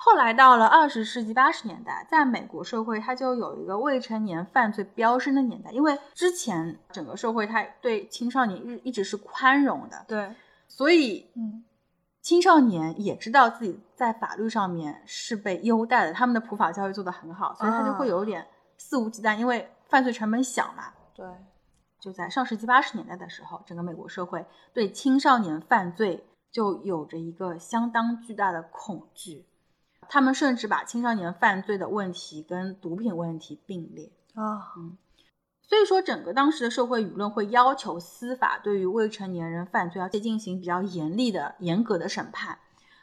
后来到了二十世纪八十年代，在美国社会，它就有一个未成年犯罪飙升的年代，因为之前整个社会它对青少年一一直是宽容的，对，所以嗯，青少年也知道自己在法律上面是被优待的，他们的普法教育做得很好，所以他就会有点肆无忌惮，因为犯罪成本小嘛。对，就在上世纪八十年代的时候，整个美国社会对青少年犯罪就有着一个相当巨大的恐惧，他们甚至把青少年犯罪的问题跟毒品问题并列。啊，所以说，整个当时的社会舆论会要求司法对于未成年人犯罪要进行比较严厉的、严格的审判。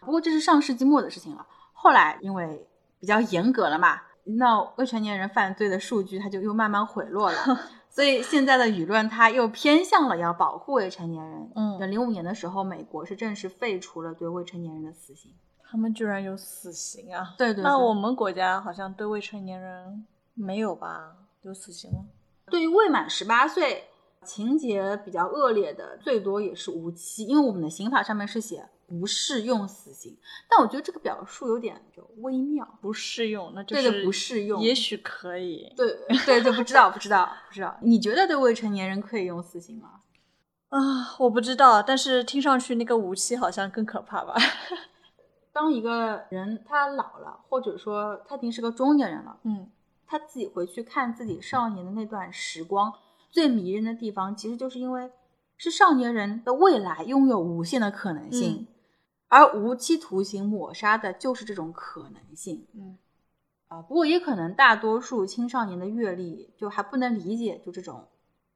不过这是上世纪末的事情了。后来因为比较严格了嘛，那未成年人犯罪的数据它就又慢慢回落了。 所以现在的舆论它又偏向了要保护未成年人。嗯等零五年的时候，美国是正式废除了对未成年人的死刑。他们居然有死刑啊！对对对那我们国家好像对未成年人没有吧？有死刑吗？对于未满十八岁，情节比较恶劣的，最多也是无期，因为我们的刑法上面是写不适用死刑，但我觉得这个表述有点就微妙，不适用，那就对的是不适用也许可以。对 对对，不知道不知道不知道，你觉得对未成年人可以用死刑吗？啊，我不知道，但是听上去那个无期好像更可怕吧？当一个人他老了，或者说他已经是个中年人了， 嗯，他自己回去看自己少年的那段时光，最迷人的地方，其实就是因为是少年人的未来拥有无限的可能性，而无期徒刑抹杀的就是这种可能性。嗯，啊，不过也可能大多数青少年的阅历就还不能理解，就这种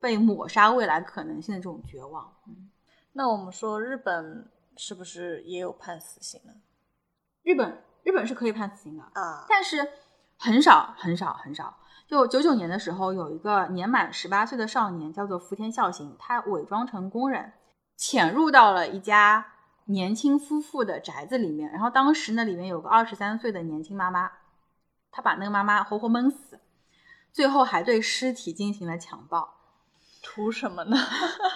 被抹杀未来可能性的这种绝望。嗯，那我们说日本是不是也有判死刑呢？日本日本是可以判死刑的，啊，但是很少很少很少。就九九年的时候，有一个年满十八岁的少年叫做福田孝行，他伪装成工人，潜入到了一家年轻夫妇的宅子里面。然后当时呢，里面有个二十三岁的年轻妈妈，他把那个妈妈活活闷死，最后还对尸体进行了强暴。图什么呢？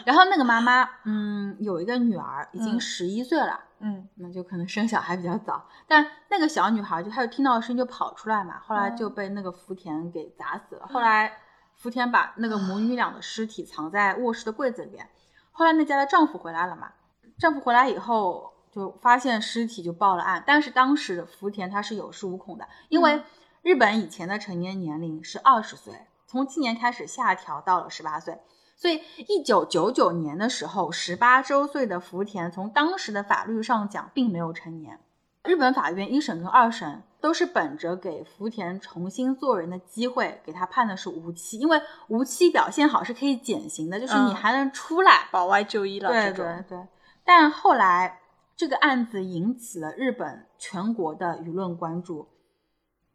然后那个妈妈，嗯，有一个女儿，已经嗯十一岁了。嗯，那就可能生小孩比较早，但那个小女孩就她就听到声音就跑出来嘛，后来就被那个福田给砸死了。后来福田把那个母女俩的尸体藏在卧室的柜子里边。后来那家的丈夫回来了嘛，丈夫回来以后就发现尸体就报了案，但是当时的福田他是有恃无恐的，因为嗯日本以前的成年年龄是二十岁，从今年开始下调到了十八岁。所以，一九九九年的时候，十八周岁的福田从当时的法律上讲并没有成年。日本法院一审跟二审都是本着给福田重新做人的机会，给他判的是无期，因为无期表现好是可以减刑的，就是你嗯还能出来。 保外就医了对这种。对对。但后来这个案子引起了日本全国的舆论关注，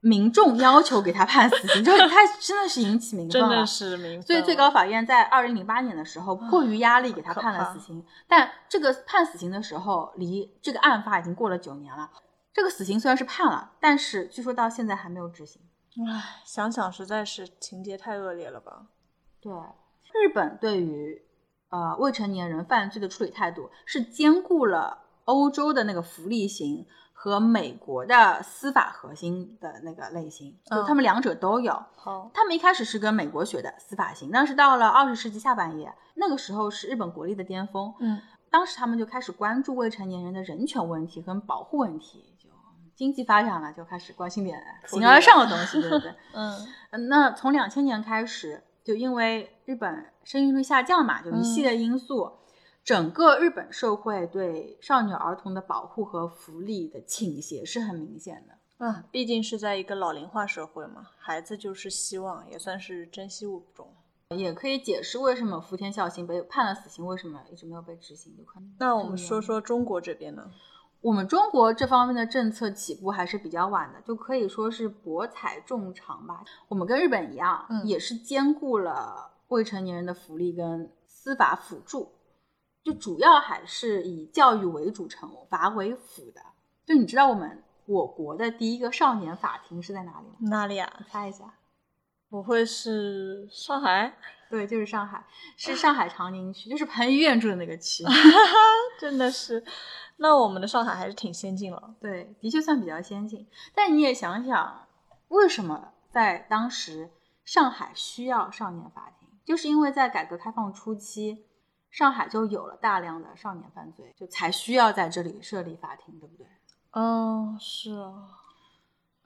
民众要求给他判死刑，就是 他真的是引起民愤真了的。是民愤了。所以最高法院在二零零八年的时候，迫于压力给他啊可判了怕死刑。但这个判死刑的时候，离这个案发已经过了九年了。这个死刑虽然是判了，但是据说到现在还没有执行。唉，想想实在是情节太恶劣了吧？对，日本对于呃未成年人犯罪的处理态度是兼顾了欧洲的那个福利型和美国的司法核心的那个类型，就嗯他们两者都有。好，他们一开始是跟美国学的司法型，但是到了二十世纪下半叶，那个时候是日本国力的巅峰，嗯，当时他们就开始关注未成年人的人权问题跟保护问题，就经济发展了，就开始关心点普形及而了上的东西，对不对？ 嗯，嗯，那从两千年开始，就因为日本生育率下降嘛，就一系列因素，整个日本社会对少女儿童的保护和福利的倾斜是很明显的。啊，毕竟是在一个老龄化社会嘛，孩子就是希望，也算是珍惜物种。也可以解释为什么福田孝行被判了死刑，为什么一直没有被执行，有可能。那我们说说中国这边呢？我们中国这方面的政策起步还是比较晚的，就可以说是博采众长吧。我们跟日本一样，嗯也是兼顾了未成年人的福利跟司法辅助，就主要还是以教育为主、惩罚为辅的。就你知道我们我国的第一个少年法庭是在哪里吗？哪里啊？猜一下，不会是上海？ 对，就是上海，是上海长宁区，就是彭于晏住的那个区。真的是那我们的上海还是挺先进了。对，的确算比较先进。但你也想想，为什么在当时上海需要少年法庭？就是因为在改革开放初期，上海就有了大量的少年犯罪，就才需要在这里设立法庭，对不对？哦，是啊，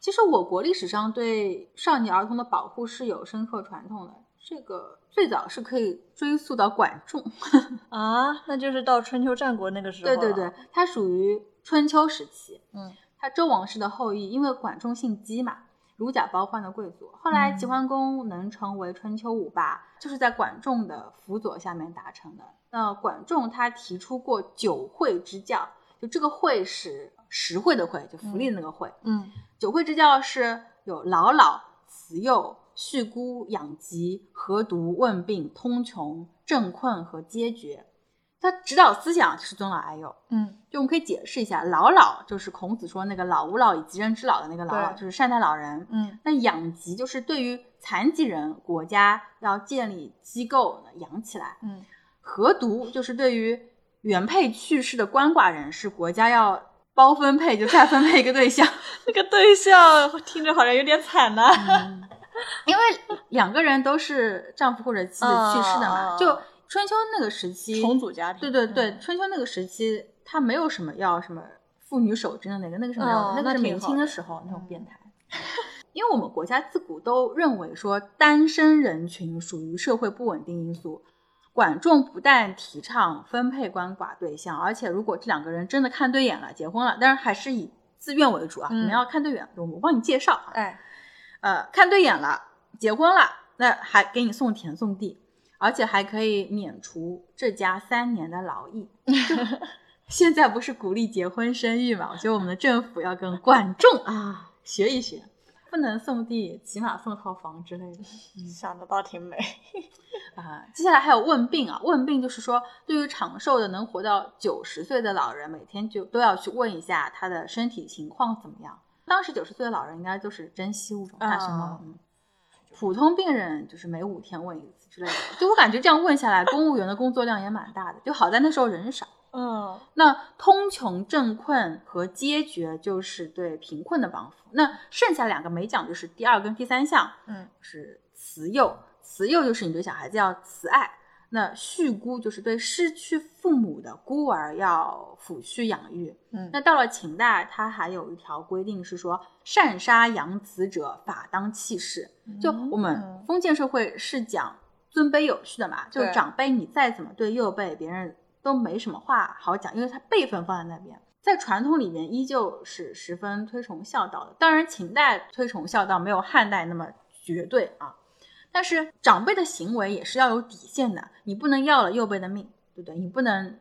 其实我国历史上对少年儿童的保护是有深刻传统的，这个最早是可以追溯到管仲。啊，那就是到春秋战国那个时候。对对对，，它属于春秋时期。嗯，他周王室的后裔，因为管仲姓姬嘛，如假包换的贵族。后来嗯齐桓公能成为春秋五霸，就是在管仲的辅佐下面达成的。那管仲他提出过九惠之教，就这个惠是实惠的惠，就福利的那个惠。嗯九惠之教是有老老、慈幼、恤孤、养疾、和毒、问病、通穷、正困和皆绝。他指导思想就是尊老爱幼。嗯就我们可以解释一下，老老就是孔子说那个老吾老以及人之老的那个老老，对就是善待老人。嗯那养疾就是对于残疾人，国家要建立机构养起来。嗯合毒就是对于原配去世的鳏寡人士，国家要包分配，就再分配一个对象。那个对象听着好像有点惨呐、 因为两个人都是丈夫或者妻子去世的嘛，啊就春秋那个时期，重组家庭。对对对，嗯春秋那个时期，他没有什么要什么妇女守贞的那个，那个是没有的，哦那个那是挺明清好的的时候那种变嗯态。 因为我们国家自古都认为说单身人群属于社会不稳定因素，管仲不但提倡分配鳏寡对象，而且如果这两个人真的看对眼了，结婚了，当然还是以自愿为主啊，你们嗯要看对眼，我我帮你介绍啊，哎，呃，看对眼了，结婚了，那还给你送田送地，而且还可以免除这家三年的劳役。就现在不是鼓励结婚生育嘛？我觉得我们的政府要跟管仲啊学一学，不能送地，起码送套房之类的。想的倒挺美。啊，接下来还有问病啊，问病就是说，对于长寿的能活到九十岁的老人，每天就都要去问一下他的身体情况怎么样。当时九十岁的老人应该就是珍稀物种大熊猫啊，嗯，普通病人就是每五天问一次之类的。就我感觉这样问下来，公务员的工作量也蛮大的。就好在那时候人少。嗯那通穷、正困和阶绝就是对贫困的帮扶。那剩下两个没讲，就是第二跟第三项，嗯是慈幼，慈幼就是你对小孩子要慈爱。那恤孤就是对失去父母的孤儿要抚恤养育。嗯那到了秦代，它还有一条规定是说，善杀养子者，法当弃世。就我们嗯封建社会是讲尊卑有序的嘛，就是对长辈你再怎么对幼辈，别人都没什么话好讲，因为他辈分放在那边。在传统里面，依旧是十分推崇孝道的。当然，秦代推崇孝道没有汉代那么绝对啊，但是长辈的行为也是要有底线的，你不能要了幼辈的命，对不对？你不 能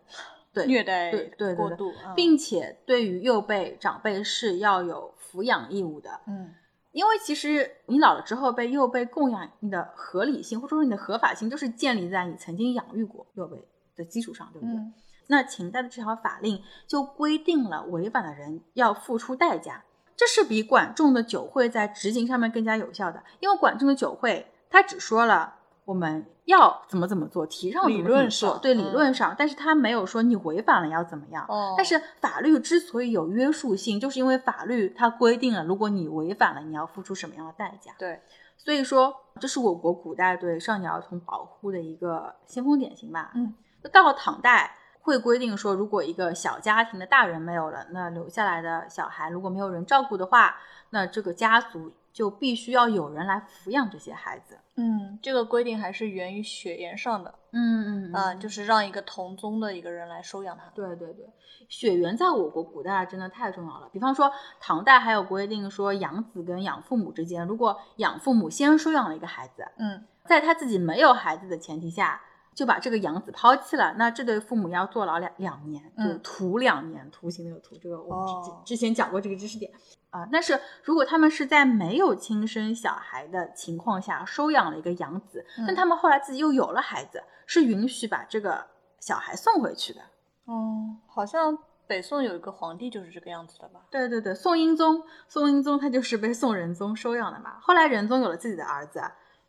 对虐待对对对过对度，嗯并且对于幼辈、长辈是要有抚养义务的，嗯因为其实你老了之后被幼辈供养，你的合理性或者说你的合法性，就是建立在你曾经养育过幼辈的基础上，对不对？嗯那秦代的这条法令就规定了违反的人要付出代价，这是比管仲的酒会在执行上面更加有效的，因为管仲的酒会他只说了我们要怎么怎么做，提倡怎么理怎么论做，上对理嗯论上，但是他没有说你违反了要怎么样。哦，但是法律之所以有约束性，就是因为法律它规定了，如果你违反了，你要付出什么样的代价。对所以说，这是我国古代对少年儿童保护的一个先锋典型吧。嗯，那到了唐代会规定说，如果一个小家庭的大人没有了，那留下来的小孩如果没有人照顾的话，那这个家族就必须要有人来抚养这些孩子。嗯，这个规定还是源于血缘上的，嗯啊，就是让一个同宗的一个人来收养他。对对对，血缘在我国古代真的太重要了。比方说，唐代还有规定说，养子跟养父母之间，如果养父母先收养了一个孩子，嗯在他自己没有孩子的前提下，就把这个养子抛弃了，那这对父母要坐牢两两年，就嗯徒两年，徒刑那个徒，这个我们之、哦之前讲过这个知识点啊、但是如果他们是在没有亲生小孩的情况下收养了一个养子，但嗯他们后来自己又有了孩子，是允许把这个小孩送回去的。哦，好像北宋有一个皇帝就是这个样子的吧？对对对，宋英宗，宋英宗他就是啊被宋仁宗收养的嘛。后来仁宗有了自己的儿子，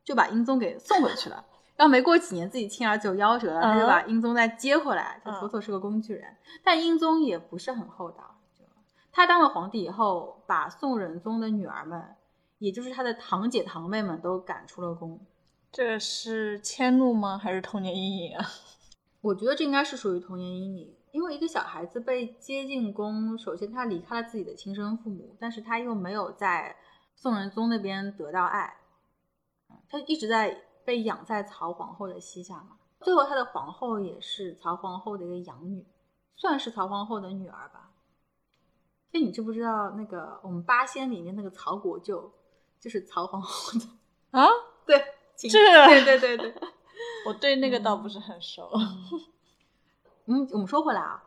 就把英宗给送回去了。然后没过几年自己亲儿子就夭折了，他就嗯把英宗再接回来，就嗯妥妥是个工具人。但英宗也不是很厚道，就他当了皇帝以后，把宋仁宗的女儿们，也就是他的堂姐堂妹们都赶出了宫。这个是迁怒吗？还是童年阴影啊？我觉得这应该是属于童年阴影，因为一个小孩子被接进宫，首先他离开了自己的亲生父母，但是他又没有在宋仁宗那边得到爱，嗯他一直在被养在曹皇后的膝下嘛。最后，他的皇后也是曹皇后的一个养女，算是曹皇后的女儿吧。哎，你知不知道那个我们八仙里面那个曹国舅，就是曹皇后的？ 啊，对，请这对对对对。我对那个倒不是很熟。 嗯，我们说回来啊，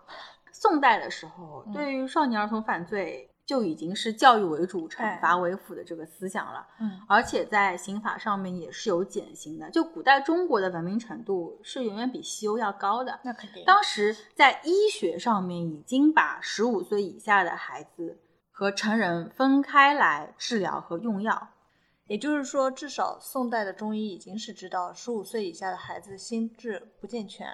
宋代的时候，嗯对于少年儿童犯罪就已经是教育为主、哎惩罚为辅的这个思想了，嗯而且在刑法上面也是有减刑的。就古代中国的文明程度是远远比西欧要高的，那肯定。当时在医学上面已经把十五岁以下的孩子和成人分开来治疗和用药。也就是说，至少宋代的中医已经是知道十五岁以下的孩子心智不健全，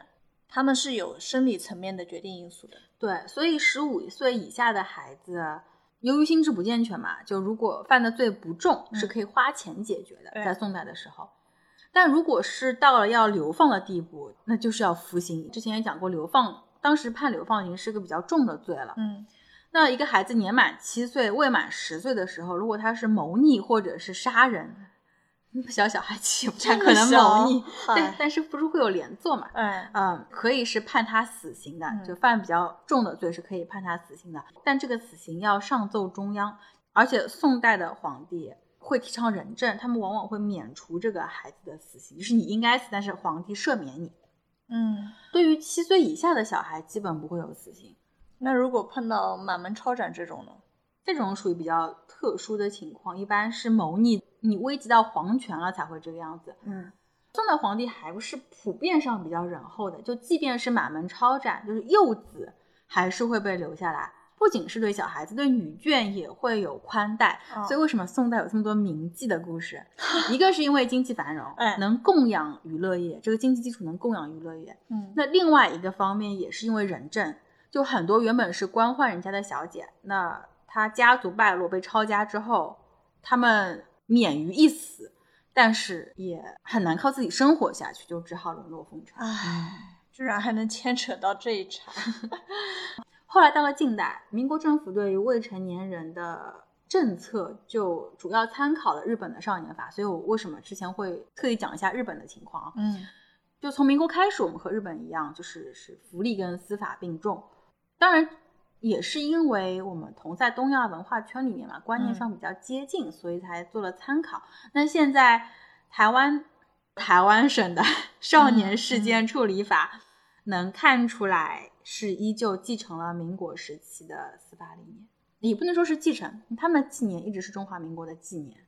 他们是有生理层面的决定因素的。对，所以十五岁以下的孩子，由于心智不健全嘛，就如果犯的罪不重，嗯是可以花钱解决的，对在宋代的时候。但如果是到了要流放的地步，那就是要服刑。之前也讲过，流放当时判流放已经是个比较重的罪了。嗯，那一个孩子年满七岁、未满十岁的时候，如果他是谋逆或者是杀人，那么小小孩岂不太可能谋逆？但嗨但是不是会有连坐嘛？哎，嗯，可以是判他死刑的，嗯就犯比较重的罪是可以判他死刑的，但这个死刑要上奏中央，而且宋代的皇帝会提倡仁政，他们往往会免除这个孩子的死刑，就是你应该死，但是皇帝赦免你。嗯，对于七岁以下的小孩，基本不会有死刑，那如果碰到满门抄斩这种呢？这种属于比较特殊的情况，一般是谋逆，你危及到皇权了才会这个样子。嗯，宋代皇帝还不是普遍上比较仁厚的，就即便是满门抄斩，就是幼子还是会被留下来。不仅是对小孩子，对女眷也会有宽待。哦所以为什么宋代有这么多名妓的故事？ 一个是因为经济繁荣哎，能供养娱乐业，这个经济基础能供养娱乐业。嗯，那另外一个方面也是因为仁政，就很多原本是官宦人家的小姐，那她家族败落被抄家之后，她们免于一死，但是也很难靠自己生活下去，就只好沦落风尘。唉，哎居然还能牵扯到这一 茬。后来到了近代，民国政府对于未成年人的政策就主要参考了日本的少年法，所以我为什么之前会特意讲一下日本的情况啊？嗯就从民国开始，我们和日本一样，就是是福利跟司法并重。当然，也是因为我们同在东亚文化圈里面嘛，观念上比较接近，所以才做了参考。那现在台湾台湾省 的少年事件处理法，能看出来是依旧继承了民国时期的司法理念，也不能说是继承，他们纪年一直是中华民国的纪年。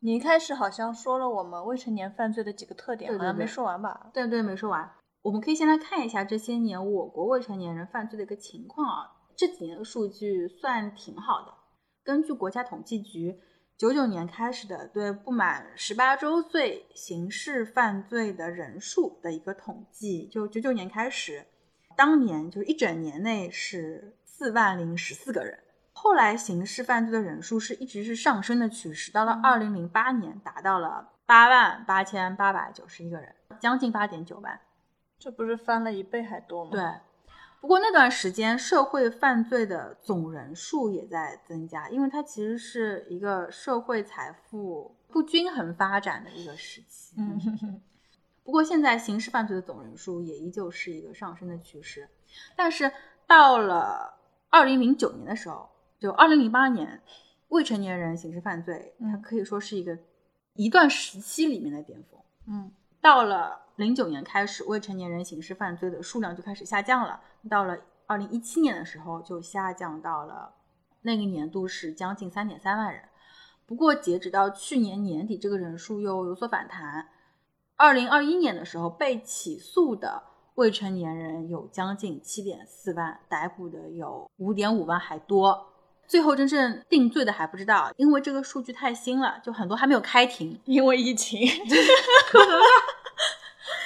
你一开始好像说了我们未成年犯罪的几个特点，对对好像没对说完吧？对对，没说完。我们可以先来看一下这些年我国未成年人犯罪的一个情况啊，这几年的数据算挺好的。根据国家统计局九九年开始的对不满十八周岁刑事犯罪的人数的一个统计，就九九年开始，当年就是一整年内是四万零十四个人。后来刑事犯罪的人数是一直是上升的趋势，到了二零零八年达到了八万八千八百九十一个人，将近八点九万。这不是翻了一倍还多吗？对，不过那段时间社会犯罪的总人数也在增加，因为它其实是一个社会财富不均衡发展的一个时期。嗯， 不过现在刑事犯罪的总人数也依旧是一个上升的趋势，但是到了二零零九年的时候，就二零零八年，未成年人刑事犯罪，它嗯可以说是一个一段时期里面的巅峰。嗯， 到了零九年开始，未成年人刑事犯罪的数量就开始下降了。到了二零一七年的时候，就下降到了那个年度是将近三点三万人。不过，截止到去年年底，这个人数又有所反弹。二零二一年的时候，被起诉的未成年人有将近七点四万，逮捕的有五点五万还多。最后真正定罪的还不知道，因为这 个数据太新了，就很多还没有开庭。啊因为疫情，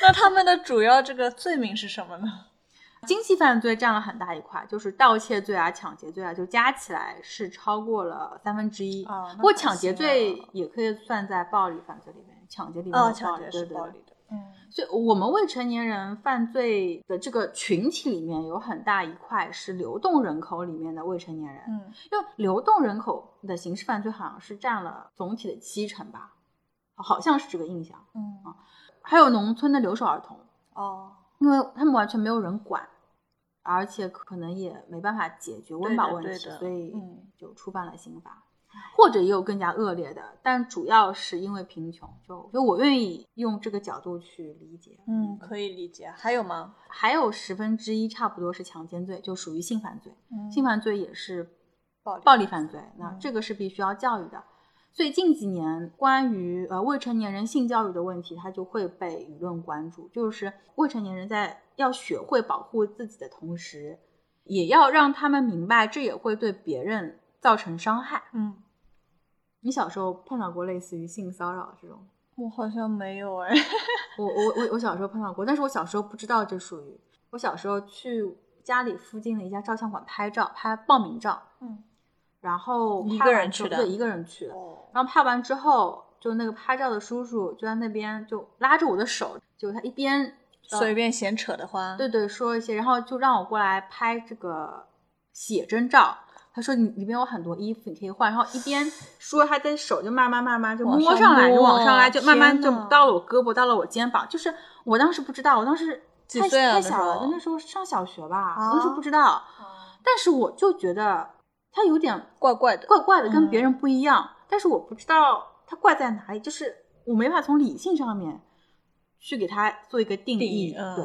那他们的主要这个罪名是什么呢？经济犯罪占了很大一块，就是盗窃罪啊、抢劫罪啊，就加起来是超过了三分之一。啊不过抢劫罪也可以算在暴力犯罪里面，抢劫里面啊，有抢劫对是对暴对力。的，嗯所以，我们未成年人犯罪的这个群体里面，有很大一块是流动人口里面的未成年人，嗯，因为流动人口的刑事犯罪好像是占了总体的七成吧，好像是这个印象。嗯还有农村的留守儿童，哦，因为他们完全没有人管，而且可能也没办法解决温饱问对的题，对的所以嗯就触犯了刑法。或者也有更加恶劣的，但主要是因为贫穷。就就我愿意用这个角度去理解。嗯，可以理解。还有吗？还有十分之一差不多是强奸罪，就属于性犯罪。嗯性犯罪也是暴力暴力犯罪，那嗯这个是必须要教育的。所以近几年关于呃未成年人性教育的问题，它就会被舆论关注，就是未成年人在要学会保护自己的同时，也要让他们明白这也会对别人造成伤害。嗯，你小时候碰到过类似于性骚扰这种？我好像没有哎。我我我我小时候碰到过，但是我小时候不知道这属于。我小时候去家里附近的一家照相馆拍照，拍报名照， 嗯，然后一拍个完人之去后的对，一个人去的。哦，然后拍完之后，就那个拍照的叔叔就在那边就拉着我的手，就他一边呃随便闲扯的话，对对说一些，然后就让我过来拍这个写真照。他说你里面有很多衣服，你可以换。然后一 边说，他的手就慢慢慢慢就往摸上上来，就往摸上来，就慢慢天就呐到了我胳膊，到了我肩膀。就是我当时不知道，我当时几太岁啊太那时小了，候就那时候上小学吧，啊我那时候不知道。哦，但是我就觉得他有点怪怪的。怪怪的，跟别嗯人不一样。但是我不知道它怪在哪里，就是我没法从理性上面去给它做一个定定义义。嗯对，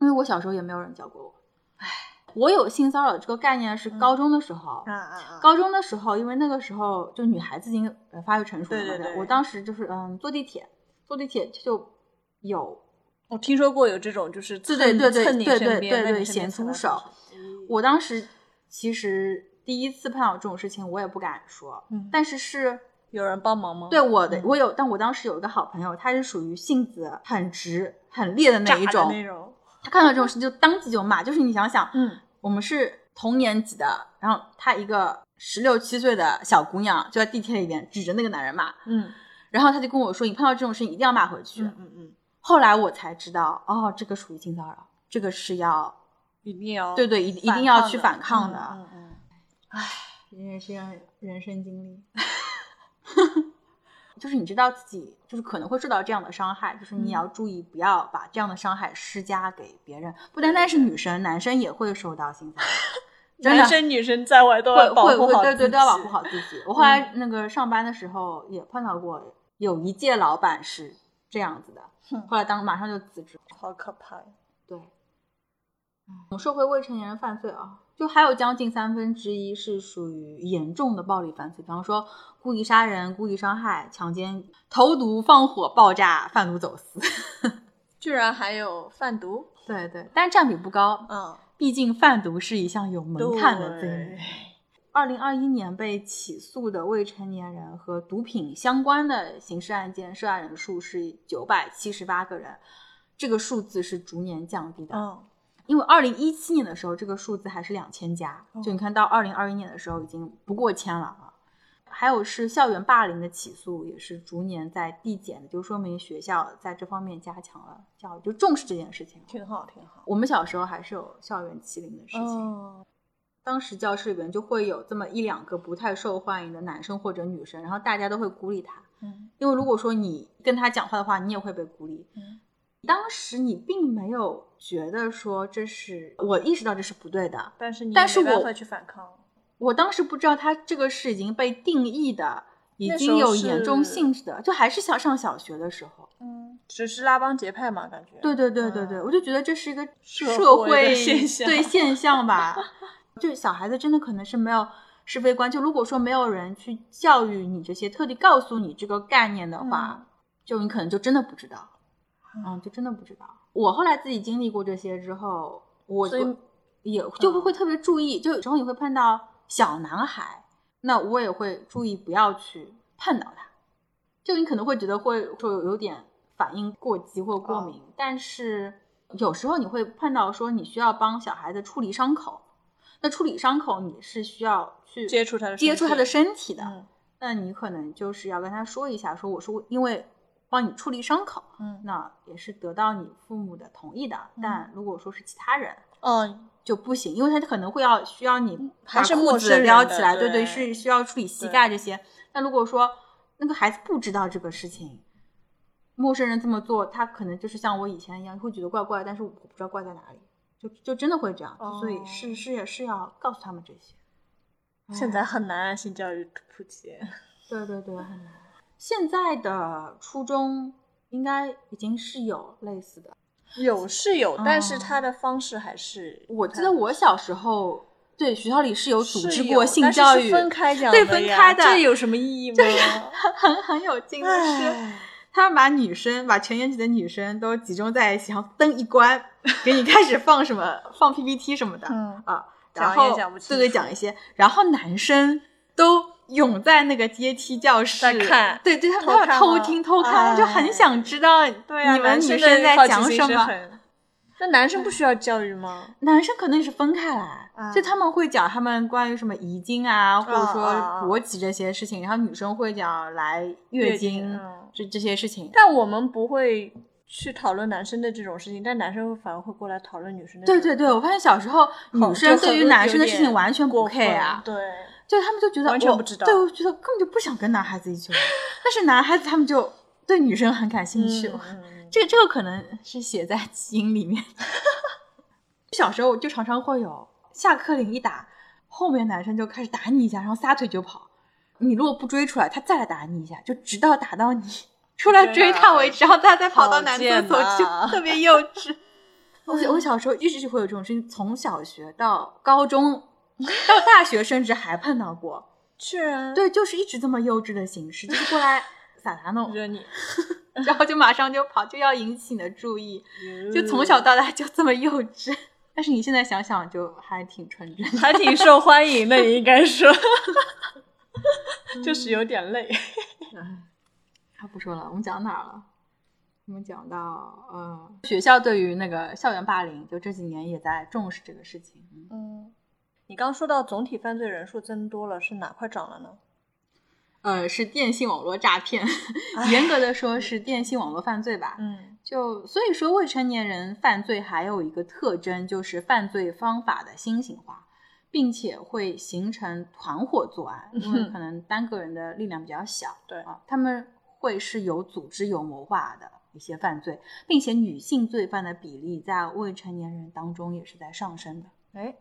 因为我小时候也没有人教过我。唉，我有性骚扰这个概念是嗯高中的时候。啊啊啊！高中的时候，因为那个时候就女孩子已经呃发育成熟了嘛，对对吧对我当时就是嗯坐地铁，坐地铁就有我听说过有这种，就是对蹭对对对蹭你对身对边对在你对身咸边蹭猪来手蹭去，我当时其实第一次碰到这种事情，我也不敢说，嗯但是是有人帮忙吗？对我的嗯，我有，但我当时有一个好朋友，他是属于性子很直、很烈的那炸一的种。那种，他看到这种事就当即就骂，就是你想想，嗯，我们是同年级的，然后他一个十六七岁的小姑娘就在地铁里边指着那个男人骂，嗯然后他就跟我说，你碰到这种事情一定要骂回去。嗯嗯嗯，后来我才知道，哦，这个属于性骚扰，这个是要一定要对对，一一定反要抗去的反抗的。嗯嗯嗯，也是让人生经历， 就是你知道自己就是可能会受到这样的伤害，就是你也嗯要注意不要把这样的伤害施加给别人，不单单是女生，男生也会受到性骚扰，真的男生女生在外都会要保会护好会对对自都要保己嗯护好自己。 我后来那个上班的时候也碰到过，有一届老板是这样子的哼，后来当马上就辞职。好可怕呀！对，我们说回嗯未成年人犯罪啊，就还有将近三分之一是属于严重的暴力犯罪，比方说故意杀人、故意伤害、强奸、投毒、放火、爆炸、贩毒走私。 居然还有贩毒，对对，但占比不高，嗯，毕竟贩毒是一项有门槛的罪名对。二零二一年被起诉的未成年人和毒品相关的刑事案件涉案人数是九百七十八个人，这个数字是逐年降低的。嗯，因为二零一七年的时候，这个数字还是两千家哦，就你看到二零二一年的时候已经不过千了啊。还有是校园霸凌的起诉也是逐年在递减的，就说明学校在这方面加强了教育，就重视这件事情。啊挺好，挺好。我们小时候还是有校园欺凌的事情，嗯，当时教室里边就会有这么一两个不太受欢迎的男生或者女生，然后大家都会孤立他，嗯因为如果说你跟他讲话的话，你也会被孤立。嗯当时你并没有觉得说这是我意识到这是不对的，但是你但是没办我法去反抗，我当时不知道他这个是已经被定义的，已那时经候有严重是性质的，就还是小上小学的时候。嗯，只是拉帮结派嘛，感觉对对对对对，嗯我就觉得这是一个社会会的现象 对现象吧。就小孩子真的可能是没有是非观，就如果说没有人去教育你这些，特地告诉你这个概念的话，嗯就你可能就真的不知道，嗯，就真的不知道。我后来自己经历过这些之后，我所以就也就会嗯会特别注意，就有时候你会碰到小男孩，那我也会注意不要去碰到他。就你可能会觉得会说有有点反应过激或过哦敏，但是有时候你会碰到说你需要帮小孩子处理伤口，那处理伤口你是需要去接触他的接触他的身身体体嗯的，那你可能就是要跟他说一下，说我是因为帮你处理伤口，嗯嗯那也是得到你父母的同意的，但如果说是其他人。哦，就不行，因为他可能会要需要你嗯还是把陌裤生子人撩的起来，对对是需要处理膝盖这些。那如果说那个孩子不知道这个事情，陌生人这么做，他可能就是像我以前一样会觉得怪怪，但是我不知道怪在哪里，就就真的会这样。所以哦是是也是要告诉他们这些。现哎在很难啊性教育普及，对对对，很难。现在的初中应该已经是有类似的。有是有，但是哦他的方式还是我记看得我小时候，对学校里是有组嗯织是有过性但是教是育，分开讲对的分呀开的这有什么意义吗？很很有劲的是，唉他们把女生把全年级的女生都集中在一起，然后灯一关，给你开始放什么放 PPT 什么的，嗯啊，讲然也后讲不清对对楚讲一些，然后男生都涌在那个阶梯教室在看对对，他偷们看偷吗听偷看，他就很哎想知道对啊，你们男女生生的在好奇讲心什是么。很？那男生不需要教育吗？男生可能也是分开来，啊就他们会讲他们关于什么遗精啊，或者说啊啊啊勃起这些事情，然后女生会讲来月经经嗯这这些事情。但我们不会去讨论男生的这种事情，但男生反而会过来讨论女生的这对种。对对，我发现小时候好女生对于男生的事情完全不过分 care 啊，对，就他们就觉得完全我不知道对，我觉得根本就不想跟男孩子一起玩，但是男孩子他们就对女生很感兴趣。嗯嗯这个这个可能是写在基因里面。小时候就常常会有下课铃一打，后面男生就开始打你一下，然后撒腿就跑。你如果不追出来，他再来打你一下，就直到打到你出来追他为止，然后他再跑到男厕所好去贱，啊呐特别幼 稚。我我小时候一直会有这种事情，从小学到高中，到大学，甚至还碰到过。居然对，就是一直这么幼稚的形式，就是过来撒撒 弄，惹你，然后就马上就跑，就要引起你的注意。就从小到大就这么幼稚。 但是你现在想想，就还挺纯真。还挺受欢迎的，应该说， 就是有点累。 啊，不说了，我们讲到哪儿了？我们讲到呃，学校对于那个校园霸凌，就这几年也在重视这个事情。嗯嗯，你刚说到总体犯罪人数增多了，是哪块涨了呢？呃，是电信网络诈骗， 严格的说是电信网络犯罪吧。嗯，就所以说，未成年人犯罪还有一个特征就是犯罪方法的新型化，并且会形成团伙作案，因为可能单个人的力量比较小。对啊，他们会是有组织、有谋划的一些犯罪，并且女性罪犯的比例在未成年人当中也是在上升的。哎，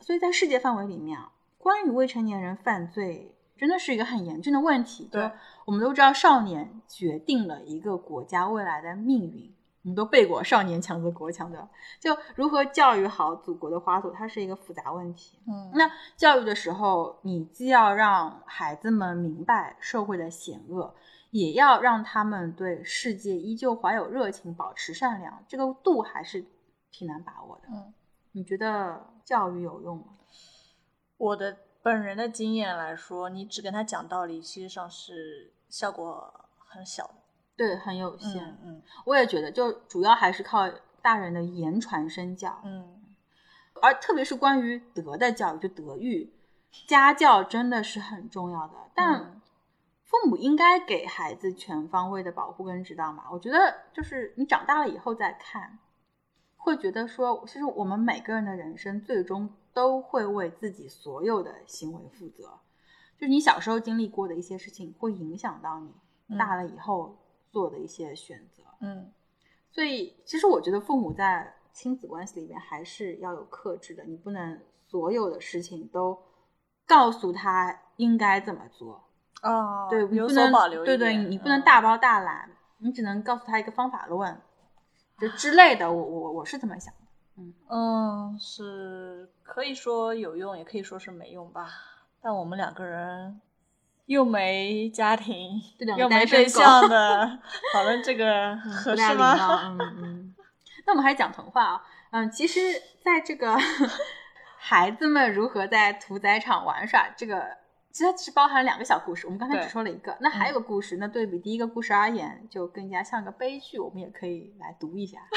所以在世界范围里面啊，关于未成年人犯罪真的是一个很严峻的问题。对，我们都知道，少年决定了一个国家未来的命运。我们都背过“少年强则国强”的，就如何教育好祖国的花朵，它是一个复杂问题。嗯，那教育的时候，你既要让孩子们明白社会的险恶，也要让他们对世界依旧怀有热情，保持善良，这个度还是挺难把握的。嗯，你觉得教育有用吗？我的本人的经验来说，你只跟他讲道理，其实上是效果很小的。对，很有限。嗯嗯我也觉得，就主要还是靠大人的言传身教，嗯，而特别是关于德的教育，就德育、家教真的是很重要的。但嗯父母应该给孩子全方位的保护跟指导嘛。我觉得，就是你长大了以后再看，会觉得说，其实我们每个人的人生最终都会为自己所有的行为负责。就是你小时候经历过的一些事情，会影响到你嗯大了以后做的一些选择。嗯所以，其实我觉得父母在亲子关系里面还是要有克制的，你不能所有的事情都告诉他应该怎么做，哦，对，你有不所能保留一对对，点你不能嗯大包大揽，你只能告诉他一个方法论，就之类的。我我我是这么想的，嗯，是可以说有用，也可以说是没用吧。但我们两个人又没家庭， 对两个又没单身对狗嗯 象的，讨论这个合不太适礼吗？貌。嗯嗯。那我们还讲童话啊，嗯，其实 在这个孩子们如何在屠宰场玩耍这个其实它只包含了两个小故事，我们刚才对嗯只说了一个。那还有个故事，那对比第一个故事而言，就更加像个悲剧，我们也可以来读 一下。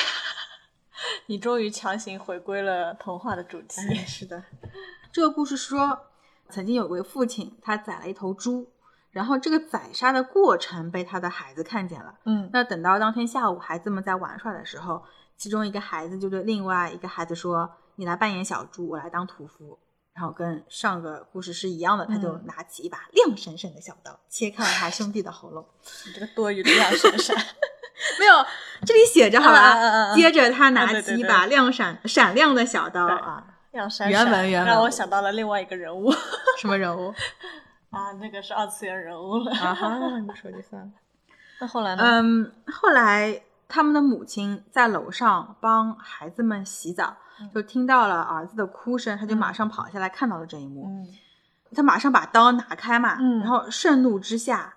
你终于强行回归了童话的主题。是的，嗯这个故事说，曾经有位父亲，他宰了一头猪，然后这个宰杀的过程被他的孩子看见了。嗯那等到当天下午，孩子们在玩耍的时候，其中一个孩子就对另外一个孩子说：“你来扮演小猪，我来当屠夫。”然后跟上个故事是一样的，他就嗯拿起一把亮闪闪的小刀，切开了他兄弟的喉咙。 你这个多余的亮闪闪，没有，这里写着好吧。啊啊啊啊接着他啊拿对对起一对把亮闪、闪亮的小刀对啊，亮闪闪，原文原文让我想到了另外一个人物什么人 物？啊，那个是二次元人物了。啊哈，你说就算了。那后来呢？嗯，后来他们的母亲在楼上帮孩子们洗澡嗯，就听到了儿子的哭声，他就嗯马上跑下来看到了这一幕，嗯他马上把刀拿开嘛，嗯然后盛怒之下，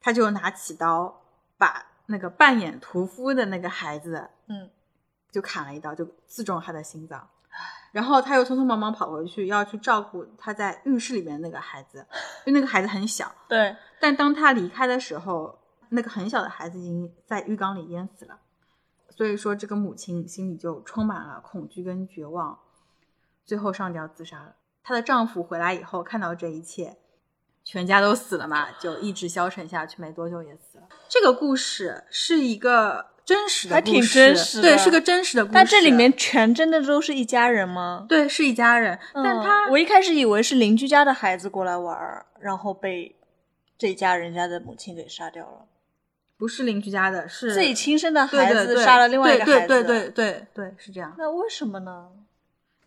他就拿起刀把那个扮演屠夫的那个孩子嗯就砍了一刀，就刺中了他的心脏。然后他又匆匆忙忙跑回去，要去照顾他在浴室里面那个孩子，因为那个孩子很小。对，但当他离开的时候，那个很小的孩子已经在浴缸里淹死了。所以说，这个母亲心里就充满了恐惧跟绝望，最后上吊自杀了。她的丈夫回来以后，看到这一切，全家都死了嘛，就一直消沉下去，没多久也死了。这个故事是一个真实的还故事，挺真实的对，是个真实的故事。但这里面全真的都是一家人吗？对是一家人，但嗯他我一开始以为是邻居家的孩子过来玩儿，然后被这家人家的母亲给杀掉了，不是邻居家的，是自己亲生的对孩对子对杀了另外一个孩子，对对对对对对，是这样。那为什么呢？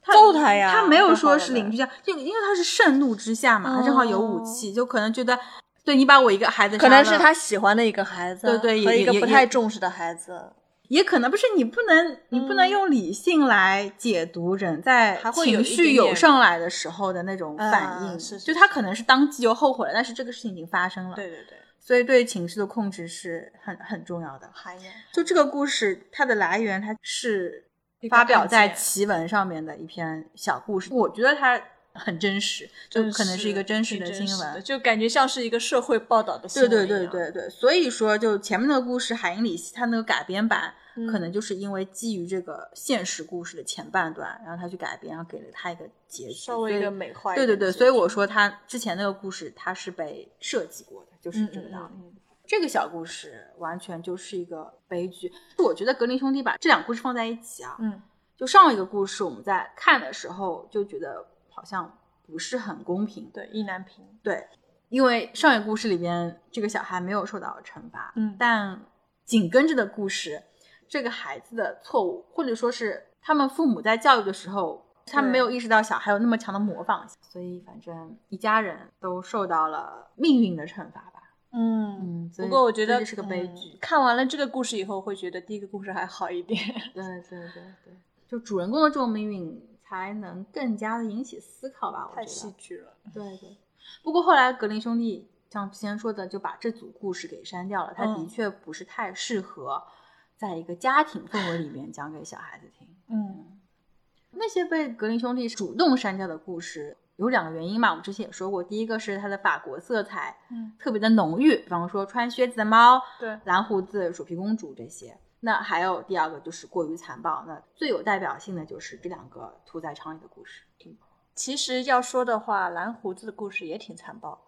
他揍他呀他没有干说嘛是的邻居家，就因为他是盛怒之下嘛，哦他正好有武器，就可能觉得，对你把我一个孩子杀可能是了他，喜欢的一个孩子，对对也和一也个也不太重视的孩子，也可能不是你不能，你不能嗯用理性来解读人在还会有情一绪点有点上来的时候的那种反应，啊是是就他可能是当即就后悔了，但是这个事情已经发生了，对对对，所以对情绪的控制是很很重要的。涵养。就这个故事，它的来源它是一个发表案在件奇闻上面的一篇小故事，我觉得它很真实，就真可能是一个真实嗯挺的真新实闻的。就感觉像是一个社会报道的新对闻对一对对样，对，所以说就前面那个故事《海因里希》，它那个改编版、嗯可能就是因为基于这个现实故事的前半段，然后他去改编，然后给了他一个结局，稍所微一以个美化一对点对的结对，局。所以我说他之前那个故事它是被设计过的，就是嗯这个嗯道理。嗯，这个小故事完全就是一个悲剧。我觉得格林兄弟把这两个故事放在一起啊，嗯就上一个故事我们在看的时候就觉得好像不是很公平，对，意难平，对，因为上一个故事里边这个小孩没有受到惩罚，嗯但紧跟着的故事，这个孩子的错误或者说是他们父母在教育的时候。他们对没有意识到小孩有那么强的模仿性，所以反正一家人都受到了命运的惩罚吧。嗯。嗯，所不以过我觉所以得这是个悲嗯剧。看完了这个故事以后，会觉得第一个故事还好 一点。对对对对，就主人公的这种命运才能更加的引起思考吧，我太觉戏得。剧了。对对。不过后来格林兄弟像之前说的，就把这组故事给删掉了，他的嗯确不是太适合在一个家庭氛围里面讲给小孩子听。嗯那些被格林兄弟主动删掉的故事。有两个原因嘛，我们之前也说过，第一个是它的法国色彩嗯，特别的浓郁，比方说穿靴子的猫，对，蓝胡子、鼠皮公主这些。那还有第二个就是过于残暴，那最有代表性的就是这两个屠宰场里的故事。其实要说的话，蓝胡子的故事也挺残暴。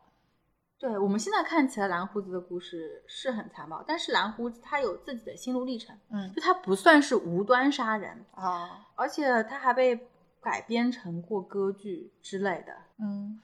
对我们现在看起来蓝胡子的故事是很残暴，但是蓝胡子他有自己的心路历程，嗯就他不算是无端杀人，啊，而且他还被改编成过歌剧之类的。嗯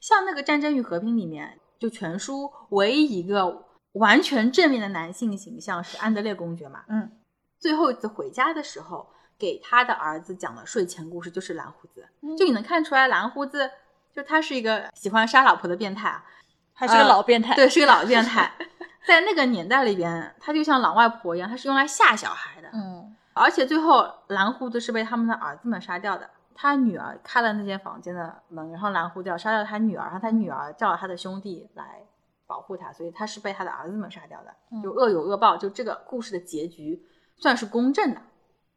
像那个《战争与和平》里面，就全书唯一一个完全正面的男性形象是安德烈公爵嘛，嗯，最后一次回家的时候，给他的儿子讲的睡前故事就是蓝胡子。嗯就你能看出来，蓝胡子就他是一个喜欢杀老婆的变态啊，还是个呃老变态。对，是个老变态。 在那个年代里边，他就像老外婆一样，他是用来吓小孩的。嗯，而且最后，蓝胡子是被他们的儿子们杀掉的。他女儿开了那间房间的门，然后蓝胡子要杀掉他女儿，然后他女儿叫了他的兄弟来保护他，所以他是被他的儿子们杀掉的。嗯就恶有恶报，就这个故事的结局算是公正的。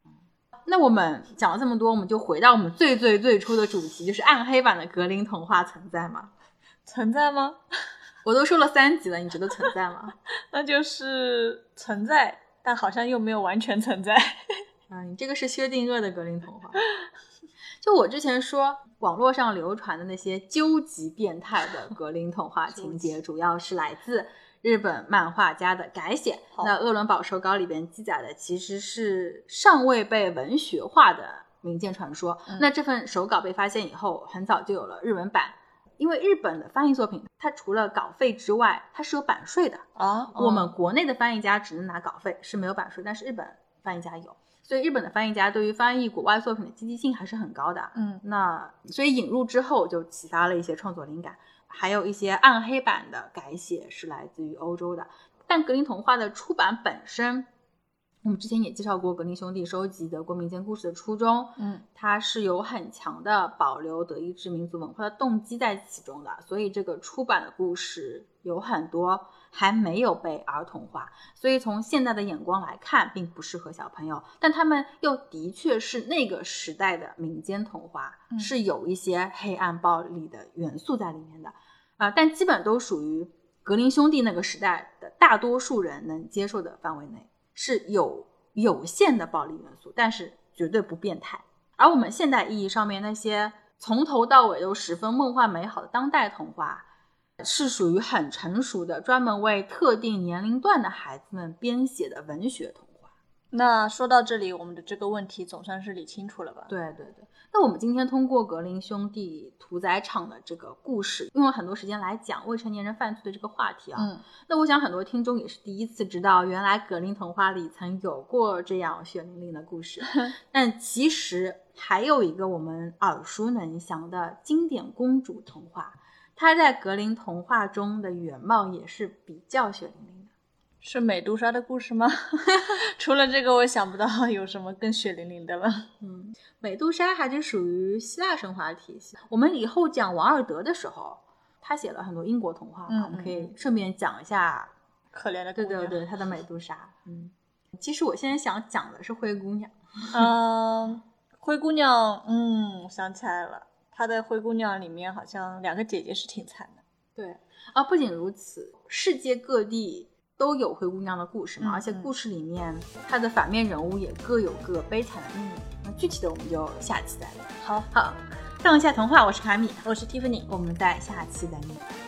嗯那我们讲了这么多，我们就回到我们最最最初的主题，就是暗黑版的格林童话存在嘛？存在吗？我都说了三级了，你觉得存在吗？那就是存在，但好像又没有完全 存在。啊，你这个是薛定谔的格林童话。 就我之前说，网络上流传的那些究极变态的格林童 话情节，主要是来自日本漫画家的改写。好那《鄂伦堡手稿》里边记载的其实是尚未被文学化的民间传说。嗯那这份手稿被发现以后，很早就有了日文版。因为日本的翻译作品，它除了稿费之外，它是有版税的。啊，我们国内的翻译家只能拿稿费，是没有版税，但是日本翻译家有，所以日本的翻译家对于翻译国外作品的积极性还是很高的。嗯那所以引入之后就启发了一些创作灵感，还有一些暗黑版的改写是来自于欧洲的。但格林童话的出版本身，我们之前也介绍过格林兄弟收集德国民间故事的初衷，嗯它是有很强的保留德意志民族文化的动机在其中的，所以这个出版的故事有很多还没有被儿童化，所以从现在的眼光来看，并不适合小朋友，但他们又的确是那个时代的民间童话，嗯是有一些黑暗暴力的元素在里面的，啊、但基本都属于格林兄弟那个时代的大多数人能接受的范围内，是有有限的暴力元素，但是绝对不变态。而我们现代意义上面那些从头到尾都十分梦幻美好的当代童话，是属于很成熟的，专门为特定年龄段的孩子们编写的文学童话。那说到这里，我们的这个问题总算是理清楚了吧？对对对。那我们今天通过格林兄弟屠宰场的这个故事，用了很多时间来讲未成年人犯罪的这个话题啊。嗯，那我想很多听众也是第一次知道，原来格林童话里曾有过这样血淋淋的故 事。但其实还有一个我们耳熟能详的经典公主童话，它在格林童话中的原貌也是比较血淋淋的。是美杜莎的故事吗？ 除了这个，我想不到有什么更血淋淋的了。嗯，美杜莎还是属于希腊神话体系。我们以后讲王尔德的时候，他写了很多英国童话嘛，嗯我们可嗯以顺便讲一下。可怜的姑对娘。对对，他的美杜莎。嗯，其实我现在想讲的是灰姑娘。嗯，灰姑娘，嗯，我想起来了，她在灰姑娘里面好像两个姐姐是挺惨的。对啊，不仅如此，世界各地都有灰姑娘的故事嘛，嗯而且嗯故事里面她的反面人物也各有各悲惨的命运。那具体的我们就下期再聊。好，好，上一下童话，我是卡米，我是 Tiffany。我们在下期等你。